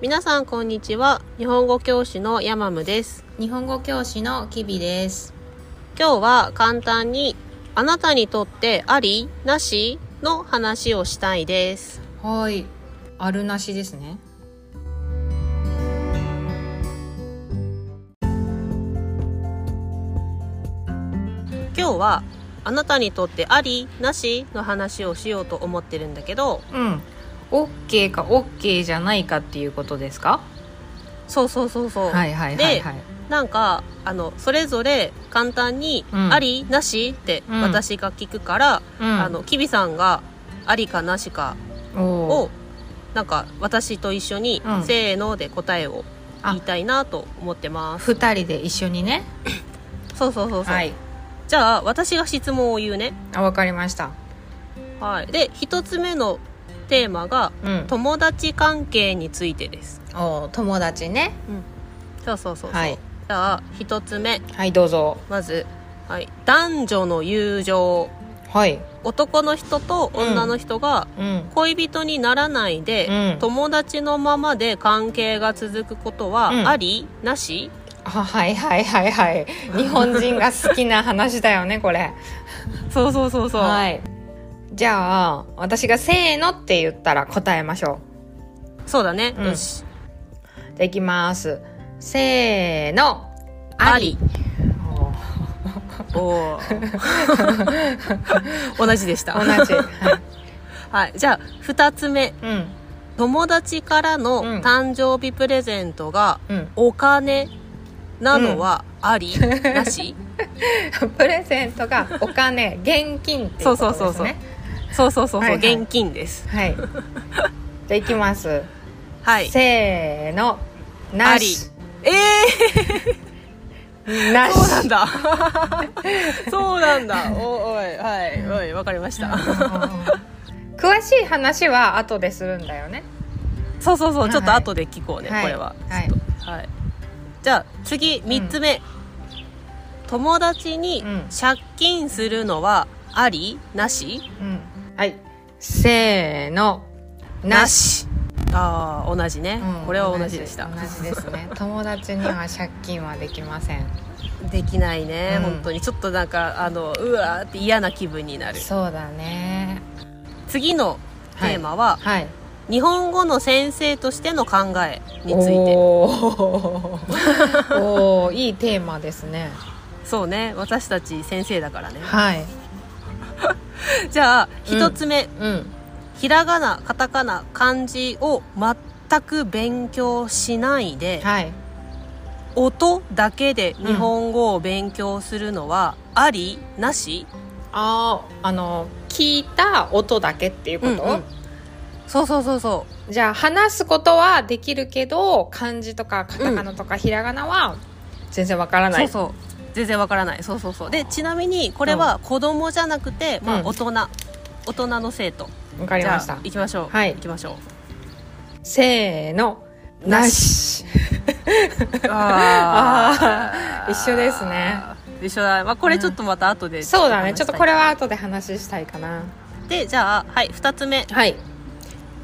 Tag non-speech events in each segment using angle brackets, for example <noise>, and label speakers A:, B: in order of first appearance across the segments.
A: 皆さんこんにちは日本語教師のヤマムです
B: 日本語教師のキビです。
A: 今日は簡単にあなたにとってありなしの話をしたいです
B: はい。あるなしですね。
A: 今日はあなたにとってありなしの話をしようと思ってるんだけど
B: うん。オッケーかオッケーじゃないかっていうことですか？
A: そうそうそうそう、
B: はいはいはいはい。
A: なんかあのそれぞれ簡単に
B: うん
A: あり、なしって
B: うん
A: 私が聞くから、
B: うん
A: あのキビさんがありかなしか
B: お
A: を
B: お。
A: なんか私と一緒に、
B: うん
A: せーので答えを言いたいなと思ってます
B: 二人で一緒にね。
A: そうそうそうそう、
B: はい。
A: じゃあ私が質問を言うね
B: あわかりました。
A: はいで一つ目のテーマが
B: うん。
A: 友達関係についてです
B: おお友達ね。
A: そうそうそうそう、
B: はい
A: じゃあ一つ目
B: はいどうぞ。
A: まず、はい、男女の友情
B: はい。
A: 男の人と女の人が
B: うん。
A: 恋人にならないで、
B: うん
A: 友達のままで関係が続くこと
B: うん
A: はあり、なし
B: あはいはいはいはい。日本人が好きな話だよねこれ。
A: そうそうそうそう、
B: はい。じゃあ私がせーのって言ったら答えましょう。
A: そうだね、
B: うん
A: よし
B: じゃあいきます。せーの。
A: あり。
B: お
A: お
B: <laughs>
A: ー同じでした
B: ー
A: <laughs>
B: 同じ。はい
A: はいじゃあ2つ目
B: うん。
A: 友達からの
B: うん
A: 誕生日プレゼントが
B: うん。
A: お金なのはあり、なし
B: <laughs> プレゼントがお金、現金っていうことですね。
A: そうそうそうそうそうそうそうそう、
B: はいはい
A: 現金です
B: はい。じゃあいきます。
A: はい
B: せーの。なし。
A: ええ
B: な
A: ー、
B: し。
A: そうなんだ <laughs> そうなんだおおいはいおいわかりました
B: うん詳しい話は後でするんだよね。
A: <laughs> そうそうそうちょっと
B: はい
A: 後で聞こうね、
B: はい
A: これは、
B: はい
A: ちょっとはい、じゃあ次3つ目、友達に
B: うん
A: 借金するのはありなし
B: うん。はい。せーの。なし。
A: しああ同じね、
B: うん
A: これは同じでした
B: 同じですね。友達には借金はできません。
A: できないね、
B: うん
A: 本当にちょっとなんかあのうわーって嫌な気分になる
B: そうだね。
A: 次のテーマは、
B: はい。
A: 日本語の先生としての考えについて
B: おー <laughs> おーいいテーマですね。
A: そうね私たち先生だからね
B: はい。
A: じゃあ一つ目、
B: うん。
A: ひらがなカタカナ漢字を全く勉強しないで、
B: はい。
A: 音だけで日本語を勉強するのはあり、なし
B: ああ、あの、聞いた音だけっていうこと、
A: うんうんそうそうそうそ
B: じゃあ、話すことはできるけど、漢字とかカタカナとかひらがなは全然わから
A: う、
B: ない。
A: そうそう全然わからないそうそうそうでちなみにこれは子供じゃなくて、まあ、
B: うん
A: 大人、大人の生徒
B: わかり
A: じゃ
B: ま
A: あ
B: した。
A: 行きましょう
B: はい
A: 行きましょ
B: せーの。なし。
A: うあ
B: <laughs> あー一緒ですね
A: 一緒だ、まあ、これちょっとまた後で、
B: そうだね。ちょっとこれ
A: は
B: は後で話したいかな。
A: でじゃあはい2つ目
B: はい。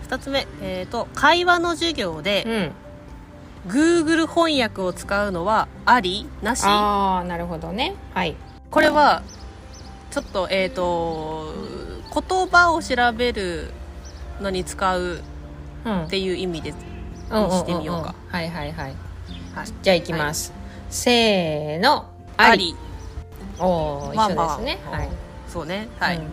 A: 2つ目えっ、と会話の授業で、
B: うん。
A: Google 翻訳を使うのはありなし
B: ああ、なるほどね。はい。
A: これはちょっとえっ、と言葉を調べるのに使う
B: うん
A: っ。ていう意味で
B: うんんんん
A: してみようか
B: はいはいはい、
A: はい
B: じゃあいきます、せーの
A: あり
B: おお一
A: まあ
B: 緒
A: ま
B: で
A: あ
B: すね、はい、
A: そうねはい、
B: うん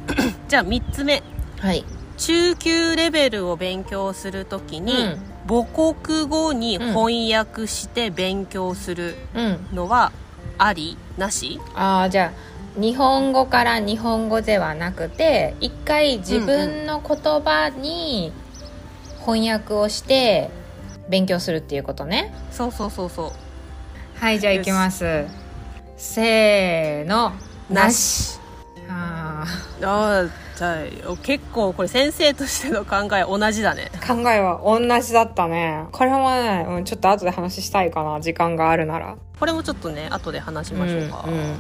A: じゃあ3つ目
B: はい
A: 中級レベルを勉強するときに、
B: うん
A: 母国語に翻訳して勉強する
B: うん
A: のはありなし
B: ああじゃあ日本語から日本語ではなくて一回自分の言葉に翻訳をして勉強するっていうことね
A: そうそうそうそう
B: はいじゃあいきますせーの
A: しあ
B: あ
A: あじゃあ結構これ先生としての考え同じだね
B: ー考えは同じだったねこれもね、うん、ちょっと後で話したいかな時間があるなら
A: これもちょっとね後で話しましょうか、
B: んん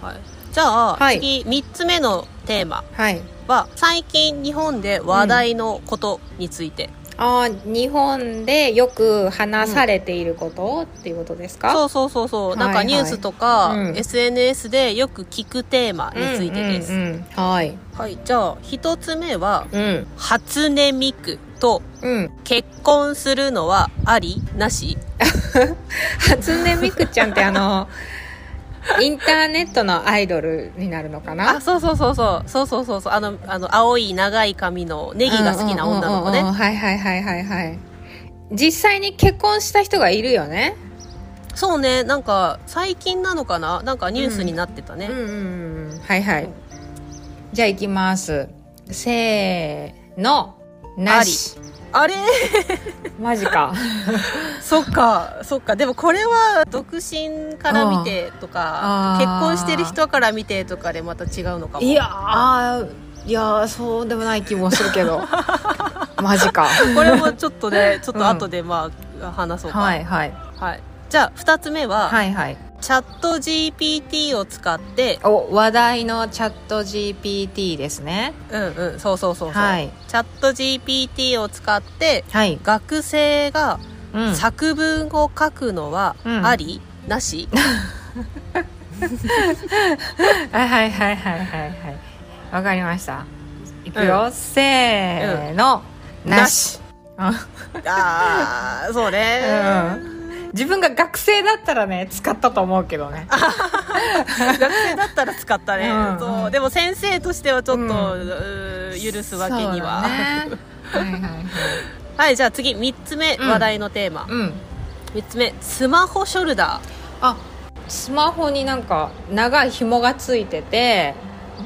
A: はい、じゃあ、
B: はい
A: 次3つ目のテーマ
B: はい
A: は最近日本で話題のことについて、
B: あー日本でよく話されていること、っていうことですか
A: そううそうそうそう、
B: はい
A: なんかニュースとか、
B: はいうん
A: SNS でよく聞くテーマについてです、
B: んうんうんはい
A: はいじゃあ一つ目は
B: うん
A: 「初音ミク」と
B: うん
A: 「結婚するのはありなし?
B: 初音ミクちゃんってあのインターネットのアイドルになるのか」な
A: あそうそうそうそうそうそうそうそうあのあの青い長い髪のネギが好きな女の子
B: うんうんうんうん
A: ね
B: はいはいはいはいはい実際に結婚した人がいるよね
A: そうねなんか最近なのかななんかニュースになってたね、
B: うんうんうんはいはいじゃあ行きますせーのなし
A: あれ <laughs>
B: マジか
A: そっかそっかでもこれは独身から見てと
B: あ
A: か
B: ー
A: 結婚してる人から見てとかでまた違うのかも
B: いやーいやーそうでもない気もする
A: <laughs>
B: けどマジか
A: これもちょっと
B: <laughs>
A: ねちょっと後でまあ話そうか、
B: は
A: はい
B: いはい
A: じゃあ2つ目は、
B: はいはい
A: チャット GPT を使って
B: お話題のチャット GPT ですね
A: うんうんそうそうそうそう、
B: はい
A: チャット GPT を使って
B: はい、
A: 学生が
B: うん
A: 作文を書くのは
B: うん
A: あり、な
B: <laughs>
A: し
B: はいはいはいはいはいはいわかりましたいくよ、せーの、
A: うん
B: なしあ
A: ああそうね、
B: 自分が学生だったらね使ったと思うけどね
A: 学生だったら使ったね、
B: うん
A: そうでも先生としてはちょっと、
B: うん
A: うー許すわけには、
B: そうだねはいはいはい
A: はいじゃあ次3つ目、
B: うん
A: 話題のテーマ
B: うん
A: 3つ目スマホショルダー
B: あスマホになんか長い紐がついてて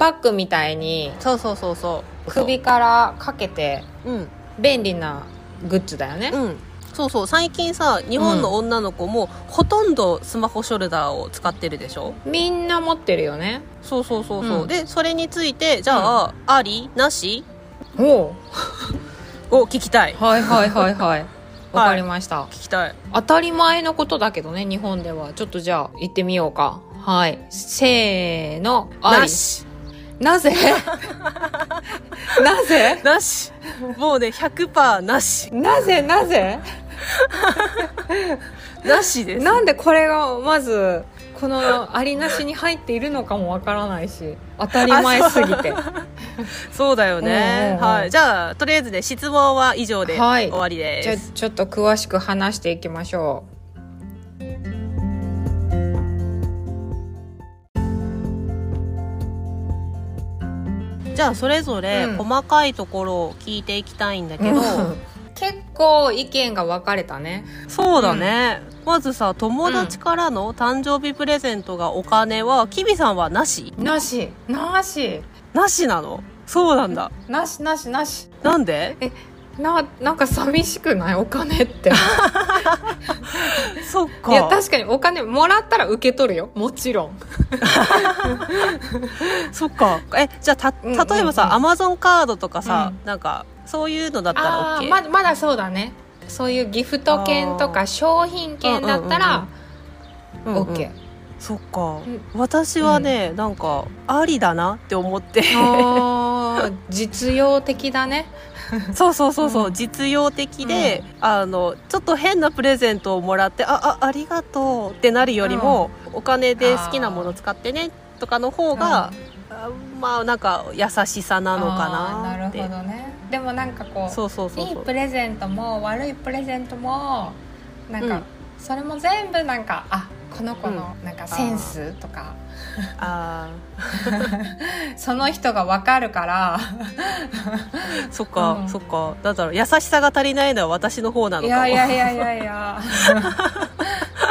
B: バッグみたいに
A: そうそうそうそう
B: 首からかけて
A: うん
B: 便利なグッズだよね、
A: うんそうそう最近さ日本の女の子もほとんどスマホショルダーを使ってるでしょ
B: みんな持ってるよね
A: そうそうそうそう、
B: うん
A: でそれについてじゃあ、ありなし
B: お
A: を聞きたい
B: はいはいはいはい <laughs> わかりました、
A: 聞きたい
B: 当たり前のことだけどね日本ではちょっとじゃあ行ってみようかはいせーのあ
A: な
B: り
A: し
B: なぜ <laughs> なぜ
A: なしもうね100%なし
B: なぜなぜ
A: なしです
B: なんでこれがまずこのありなしに入っているのかもわからないし当たり前すぎて
A: そうだよね、
B: うんうんうん
A: はいじゃあとりあえずね質問は以上で
B: はい
A: 終わりです、
B: じゃあちょっと詳しく話していきましょう
A: じゃあそれぞれ
B: うん
A: 細かいところを聞いていきたいんだけど、
B: 結構意見が分かれたね
A: そうだね、まずさ友達からの誕生日プレゼントがお金は、キビさんはなし
B: なしなし
A: なしなのそうなんだ
B: なしなしなし
A: なんで
B: ななんか寂しくないお金ってい
A: そっか
B: や確かにお金もらったら受け取るよもちろん
A: そっかえじゃあた
B: うんうんうん
A: 例えばさアマゾンカードとかさ、
B: う
A: なんかそういうのだったら
B: あ
A: OK、
B: ーままだそうだねそういうギフト券と
A: あ
B: か商品券だったら
A: うんうん
B: OK
A: そっか、
B: ん
A: 私はね、なんかありだなって思って
B: あー実用的だね
A: <laughs> そうそうそうそう、
B: うん
A: 実用的で、あのちょっと変なプレゼントをもらってああありがとうってなるよりも、お金で好きなもの使ってねとかの方が、あまあなんか優しさなのかな
B: あ
A: っ
B: ー
A: て
B: なるほどねでもなんかこう
A: そうそうそう
B: いい
A: そう
B: プレゼントも悪いプレゼントもなんか、
A: うん
B: それも全部なんかあこの子のなんかセンスとか、
A: あ
B: その人が分かるから
A: ーそっか、
B: うん
A: そっかだから優しさが足りないのは私の方なの
B: い
A: かも
B: やいやいやいや
A: <laughs>
B: いや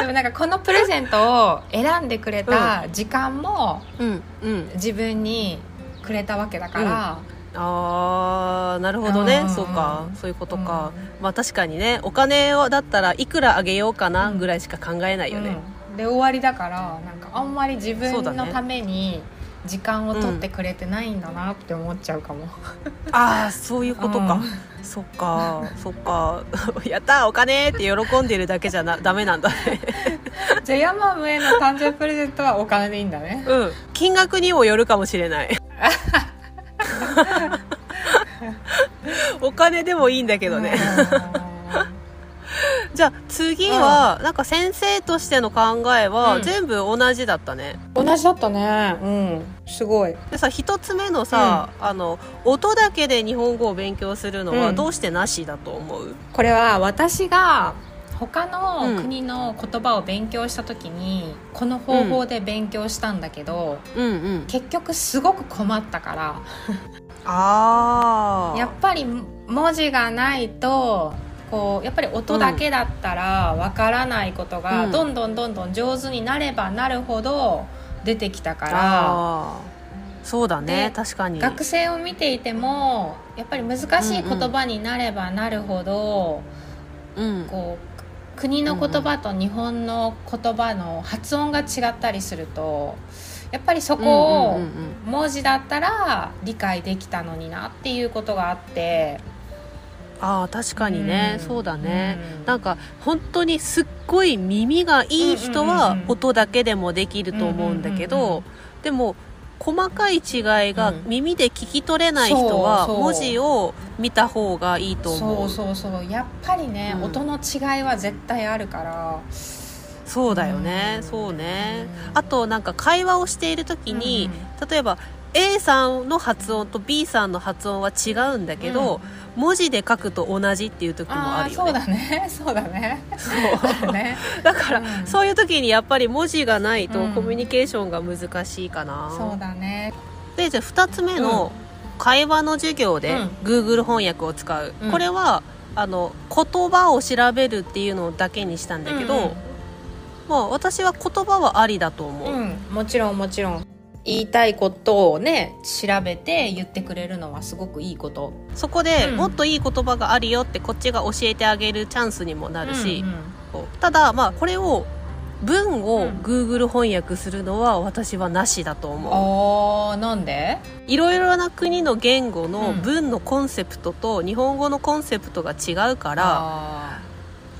B: でもなんかこのプレゼントを選んでくれた時間も
A: うんうん
B: 自分にくれたわけだから、
A: あーなるほどね、
B: うん
A: そうかそういうことか、
B: うん
A: まあ確かにねお金をだったらいくらあげようかなぐらいしか考えないよね、
B: うんで終わりだからなんかあんまり自
A: そう
B: 分
A: だ
B: の
A: ね
B: ために時間を取ってくれてないんだなって思っちゃう
A: <laughs>
B: かも、
A: ああそういうことか、そっかそっか <laughs> やったーお金って喜んでるだけじゃ
B: <laughs>
A: なダメなんだね
B: じゃあヤマムへの誕生日プレゼントはお金でいいんだね <laughs>
A: うん金額にもよるかもしれないお金でもいいんだけどね、じゃあ次は、なんか先生としての考え
B: う
A: は
B: ん
A: 全部同じだったね、
B: うん同じだったねうんすごい
A: でさ一つ目のさ、あの音だけで日本語を勉強するの
B: う
A: は
B: ん
A: どうしてなしだと思う、
B: これは私が他
A: う
B: の
A: ん
B: 国の言葉を勉強した時に、この方法で勉強したんだけど、
A: うん、うんうん
B: 結局すごく困ったから
A: ああ
B: やっぱり文字がないとこうやっぱり音だけだったらわからないことが、
A: うん
B: どんどんどんどん上手になればなるほど出てきたから、
A: あーそうだね
B: で
A: 確かに
B: 学生を見ていてもやっぱり難しい言葉になればなるほど、
A: うん
B: こう国の言葉と日本の言葉の発音が違ったりするとやっぱりそこ
A: う
B: を
A: んうんうんうん
B: 文字だったら理解できたのになっていうことがあって。
A: ああ確かにね、
B: うん
A: そうだね、
B: うん
A: なんか本当にすっごい耳がいい人
B: うん
A: は
B: うんうんうん
A: 音だけでもできると思うんだけど、
B: うんうんうんうん
A: でも細かい違いが
B: うん
A: 耳で聞き取れない人は
B: そうそう
A: 文字を見た方がいいと
B: そ
A: 思う
B: う
A: そう
B: そうそうやっぱりね、
A: うん
B: 音の違いは絶対あるから
A: だよね、
B: うん
A: そうね
B: うん
A: あとなんか会話をしている時に、例えば A さんの発音と B さんの発音は違うんだけど、文字で書くと同じっていう時もあ
B: ああ
A: る
B: そ
A: よね
B: うだねそうだね <laughs>
A: そう
B: そうだね
A: だから、
B: うん
A: そういう時にやっぱり文字がないと
B: うん
A: コミュニケーションが難しいかな、
B: そうだね
A: でじゃあ2つ目の会話の授業で
B: うん
A: Google 翻訳を使う、
B: うん
A: これはあの言葉を調べるっていうのだけにしたんだけど、まあ、私は言葉はありだと
B: う
A: 思う、
B: ん、うんもちろんもちろん言いたいことをね調べて言ってくれるのはすごくいいこと
A: そこで
B: うん
A: もっといい言葉があるよってこっちが教えてあげるチャンスにもな
B: あ
A: るし、こうただまあこれを文
B: う
A: を
B: ん
A: Google 翻訳するのは私はなしだと思う、
B: あーなんで
A: いろいろな国の言語の
B: うん
A: 文のコンセプトと日本語のコンセプトが違うから、
B: あ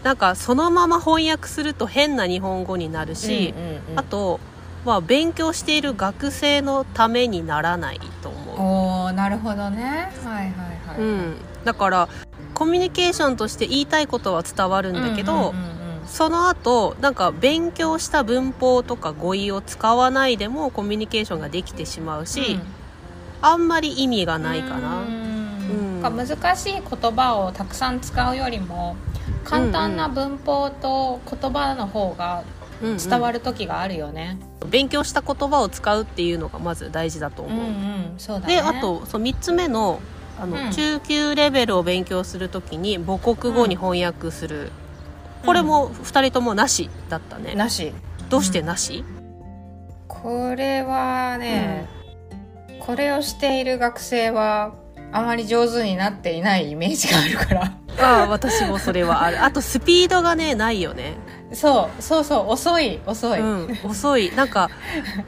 A: なんかそのまま翻訳すると変な日本語になる
B: ー
A: し
B: う、んうんうん
A: あと、まあ、勉強している学生のためにならないと思、
B: おーなるほどねはいはいはいう
A: うん、だからコミュニケーションとして言いたいことは伝わるんだけど、
B: うんうんうんうん
A: その後なんか勉強した文法とか語彙を使わないでもコミュニケーションができてしまうし、
B: うん
A: あんまり意味がないかな。
B: うん
A: うん
B: なんか難しい言葉をたくさん使うよりも簡単な文法と言葉の方が
A: うんうん
B: 伝わる時があるよね。
A: 勉強した言葉を使うっていうのがまず大事だと
B: うんう
A: 思う、
B: んそうだね。
A: であとそう3つ目のあの、
B: うん
A: 中級レベルを勉強するときに母国語に翻訳する、これも2人ともなしだったね、
B: なし。
A: どうしてなし、
B: これはね、これをしている学生はあまり上手になっていないイメージがあ
A: <laughs>
B: るから。
A: ああ私もそれはあるあとスピードがねないよね、
B: そうそうそう遅い遅い。
A: うん、遅いなんか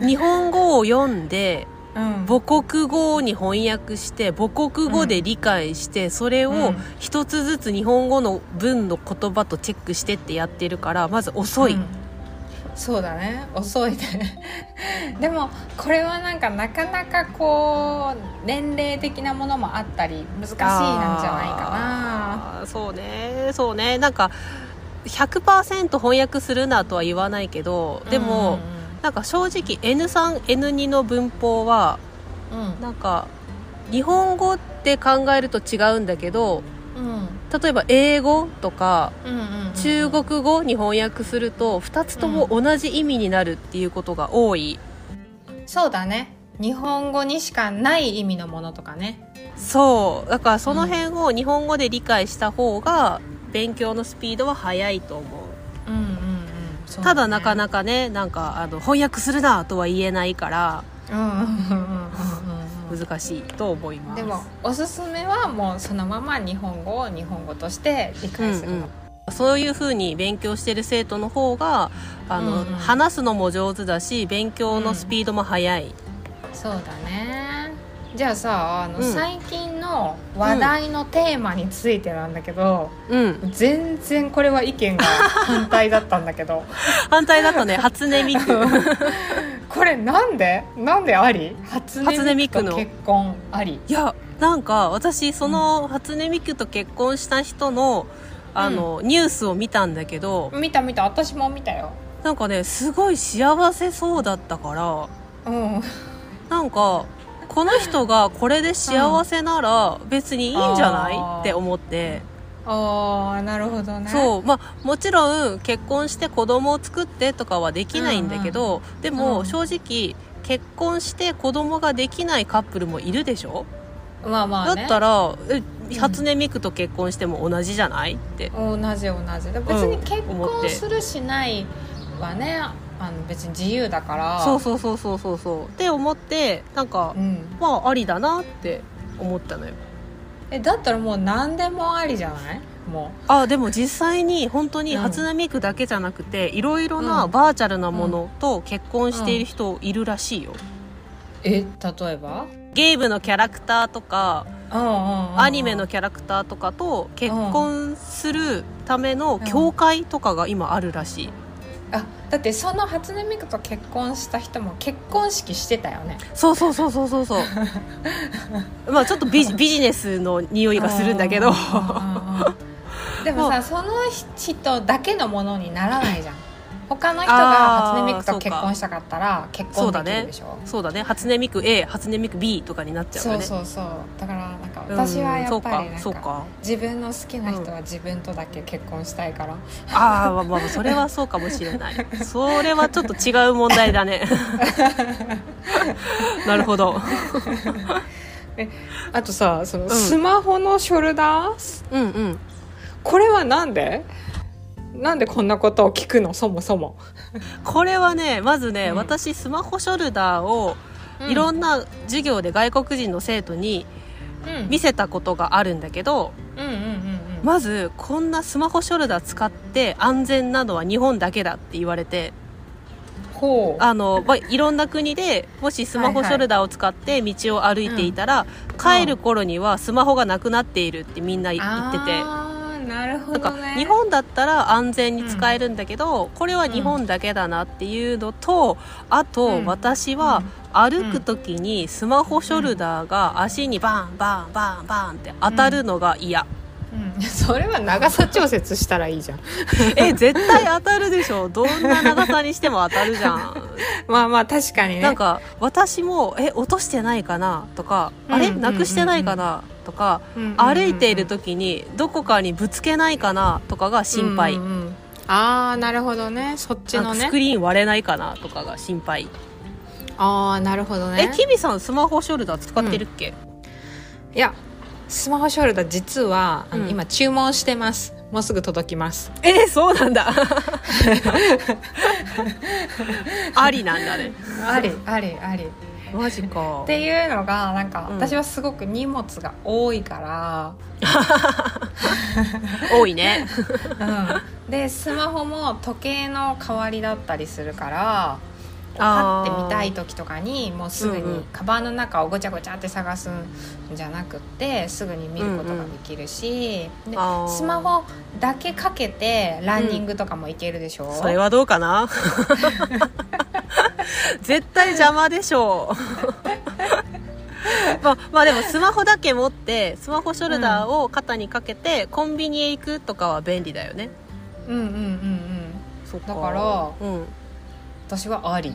A: 日本語を読んで
B: うん
A: 母国語に翻訳して母国語で理解して、それ
B: う
A: を
B: ん
A: 一つずつ日本語の文の言葉とチェックしてってやってるからまず遅い、
B: うんそうだね遅いね <laughs> でもこれはなんかなかなかこう年齢的なものもあったり難しいなんじゃない
A: あ
B: か
A: ーそうねそうねなんか100%翻訳するなとは言わないけど
B: な
A: でも、なんか正直 N3N2 の文法は
B: うんうん
A: なんか日本語って考えると違うんだけど
B: うんうん
A: 例えば英語とか
B: うんうん
A: 中国語に翻訳すると2つとも同じ意味になるっていうことが多い、
B: そうだね日本語にしかない意味のものとかね
A: そうだからその辺を日本語で理解した方が勉強のスピードは速いと思う
B: うんうんうんそう
A: た
B: ね
A: だなかなかねなんかあの翻訳するなとは言えないから
B: うんうんうんうんうんうん
A: 難しいと思います
B: でもおすすめはもうそのまま日本語を日本語として理
A: うんう
B: 解するの、
A: んそういうふうに勉強してる生徒の方があの、
B: うんうん
A: 話すのも上手だし勉強のスピードも速い、
B: そうだねじゃあさあの、
A: うん
B: 最近の話題のテーマについてなんだけど、
A: うん、
B: 全然これは意見が反対だったんだけ <laughs> ど
A: 反対だとね初音ミク
B: これなんでなんであり初音ミク
A: 初音ミクの
B: と結婚あり
A: いやなんか私その初音ミクと結婚した人のあの、ニュースを見たんだけど
B: 見た見た私も見たよ
A: なんかねすごい幸せそうだったから
B: うん
A: なんかこの人がこれで幸せなら別にいいんじゃない、
B: あー
A: って思って
B: ああなるほどね
A: そうまあもちろん結婚して子供を作ってとかはできないんだけど、で
B: う
A: も
B: ん
A: 正直結婚して子供ができないカップルもいるでしょ、
B: まあまあ、
A: だ
B: ね、
A: ったらえ
B: ん
A: 初音ミクと結婚しても同じじゃないって
B: 同じ同じで別に結
A: 思って
B: 婚するしないはねあの別に自由だから
A: そうそうそうそうそうそうって思ってなんか、
B: うん、
A: まあありだなって思ったのよ
B: えだったらもう何でもありじゃないも
A: あでも実際に本当に
B: うん
A: 初音ミクだけじゃなくて、いろいろな
B: うん
A: バーチャルなものと結婚している人いるらしいよ、
B: うえ例えば
A: ゲームのキャラクターとか
B: うんうんうん
A: アニメのキャラクターとかと結婚するための教会とかが今あるらしい、
B: あだってその初音ミクと結婚した人も結婚式してたよね
A: そうそうそうそうそうそう <laughs> まあちょっとビジビジネスの匂いがするんだけど
B: うんうんうんうんでも
A: も
B: さその人だけのものにならない
A: <laughs>
B: じゃん他の人が初音ミク
A: あーそ
B: と
A: うか
B: 結婚したかったら結
A: そう
B: 婚
A: だ
B: でき
A: ね
B: るでしょ
A: そうだね初音ミク A 初音ミク B とかになっちゃう
B: そ
A: よ
B: う
A: ね
B: そうそうだからなんか
A: うん
B: 私はやっぱりな
A: そうか
B: ん
A: そう
B: か
A: か
B: 自分の好きな人は自分とだけ結婚したいから、
A: ああまあまあそれはそうかもしれない <laughs> それはちょっと違う問題だね <laughs> なるほど
B: あとさその
A: ん
B: スマホのショルダー、
A: うんうん
B: これはなんでなんでこんなことを聞くのそもそも、
A: これはねまずね、
B: うん
A: 私スマホショルダーをいろ
B: ん
A: んな授業で外国人の生徒に
B: うん
A: 見せたことがあるんだけど、
B: うんうんうんうん
A: まずこんなスマホショルダー使って安全なのは日本だけだって言われて
B: ほう
A: あの、まあ、いろんな国でもしスマホショルダーを使って道を歩いていたら、
B: うん
A: 帰る頃にはスマホがなくなっているってみんな言ってて。
B: あーなるほ
A: なん
B: ど
A: か
B: ね
A: 日本だったら安全に使えるんだけど、これは日本だけだなっていうのとあ
B: う
A: と
B: ん
A: 私は歩く時にスマホショルダーが足にバンバンバンバンって当たるのが
B: <laughs>
A: 嫌、
B: うんそれは長さ調節したらいいじゃん
A: え絶対当たるでしょどんな長さにしても当たるじゃん
B: <laughs> まあまあ確かにね
A: なんか私もえ落としてないかなとか、
B: う
A: あ
B: んうんうんう
A: れ
B: ん
A: なくしてないかなとか、
B: うんうんうん
A: 歩いている時にどこかにぶつけないかなとかが心配、
B: うんうんうんああなるほどねそっち
A: な
B: の
A: んか
B: ね
A: スクリーン割れないかなとかが心配
B: ああなるほど
A: え
B: ね
A: キビさんスマホショルダー使ってるっけ、
B: いやスマホショルダー実は、あの
A: うん
B: 今注文してますもうすぐ届きます
A: えそうなん
B: <laughs>
A: だありなんだね
B: あ <laughs> りありありっ
A: マジか
B: ていうのがなんか、
A: うん
B: 私はすごく荷物が多いから
A: 多い
B: <laughs>
A: ね
B: うん、でスマホも時計の代わりだったりするからパって見たい時とかにもうすぐ
A: うんうん
B: にカバンの中をごちゃごちゃって探すんじゃなくってすぐに見ることができるし、で
A: あー
B: スマホだけかけてランニングとかもいけるでしょ、
A: それはどうかな
B: <laughs>
A: 絶対邪魔でしょ
B: <laughs>
A: うまあまあでもスマホだけ持ってスマホショルダーを肩にかけてコンビニへ行くとかは便利だよね
B: うんうんうんうん
A: そっ
B: だから
A: うん、
B: 私はあり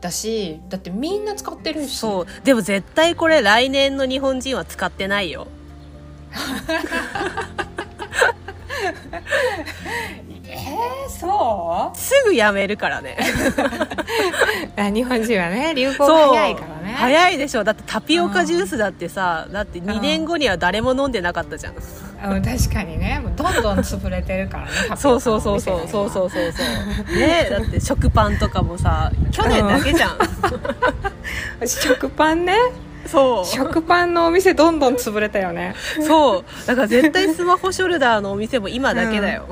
B: だしだってみんな使ってるし
A: そうでも絶対これ来年の日本人は使ってないよ
B: えーそ
A: すぐやめるから
B: <laughs>
A: ね
B: うあ日本人はね流行が
A: そう
B: 早いからね
A: 早いでしょだってタピオカジュースだってさ、だって2年後には誰も飲んでなかったじゃん、
B: うん確かにねもうどんどん潰れてるからね <laughs>
A: そうそうそうそうそう
B: う
A: そうそうそうねだって食パンとかもさ去年だけじゃん、
B: 食パンね
A: そ
B: 食パンのお店どんどん潰れたよ <laughs> ね
A: うそうだから絶対スマホショルダーのお店も今だけだよ、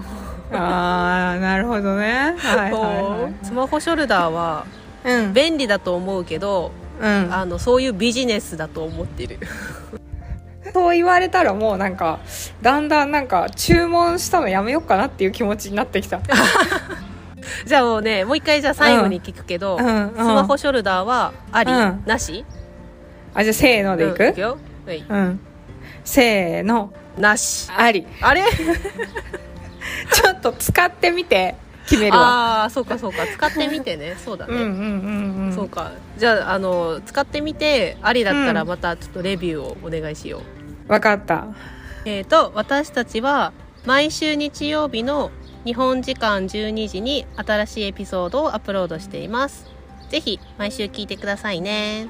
B: ああなるほどねはい
A: そうスマホショルダーは
B: うん
A: 便利だと思うけど
B: うん
A: あのそういうビジネスだと思ってる <laughs>
B: そう言われたらもうなんかだんだんなんか注文したのやめようかなっていう気持ちになってきた
A: じゃあもうねもう一回じゃあ最後に聞くけど、
B: うんうんうん
A: スマホショルダーはあり、
B: うん
A: なし
B: あじゃあせーのでいく
A: よ、はい、
B: うんせーの
A: なし
B: あり
A: あれ
B: ちょっと使ってみて決めるわ
A: ああそうかそうか使ってみてねそうだ
B: うん
A: ね、
B: うんうんうん
A: そうかじゃああの使ってみてありだったら
B: うん
A: またちょっとレビューをお願いしよう、
B: わかった
A: えー、と私たちは毎週日曜日の日本時間12時に新しいエピソードをアップロードしていますぜひ毎週聞いてくださいね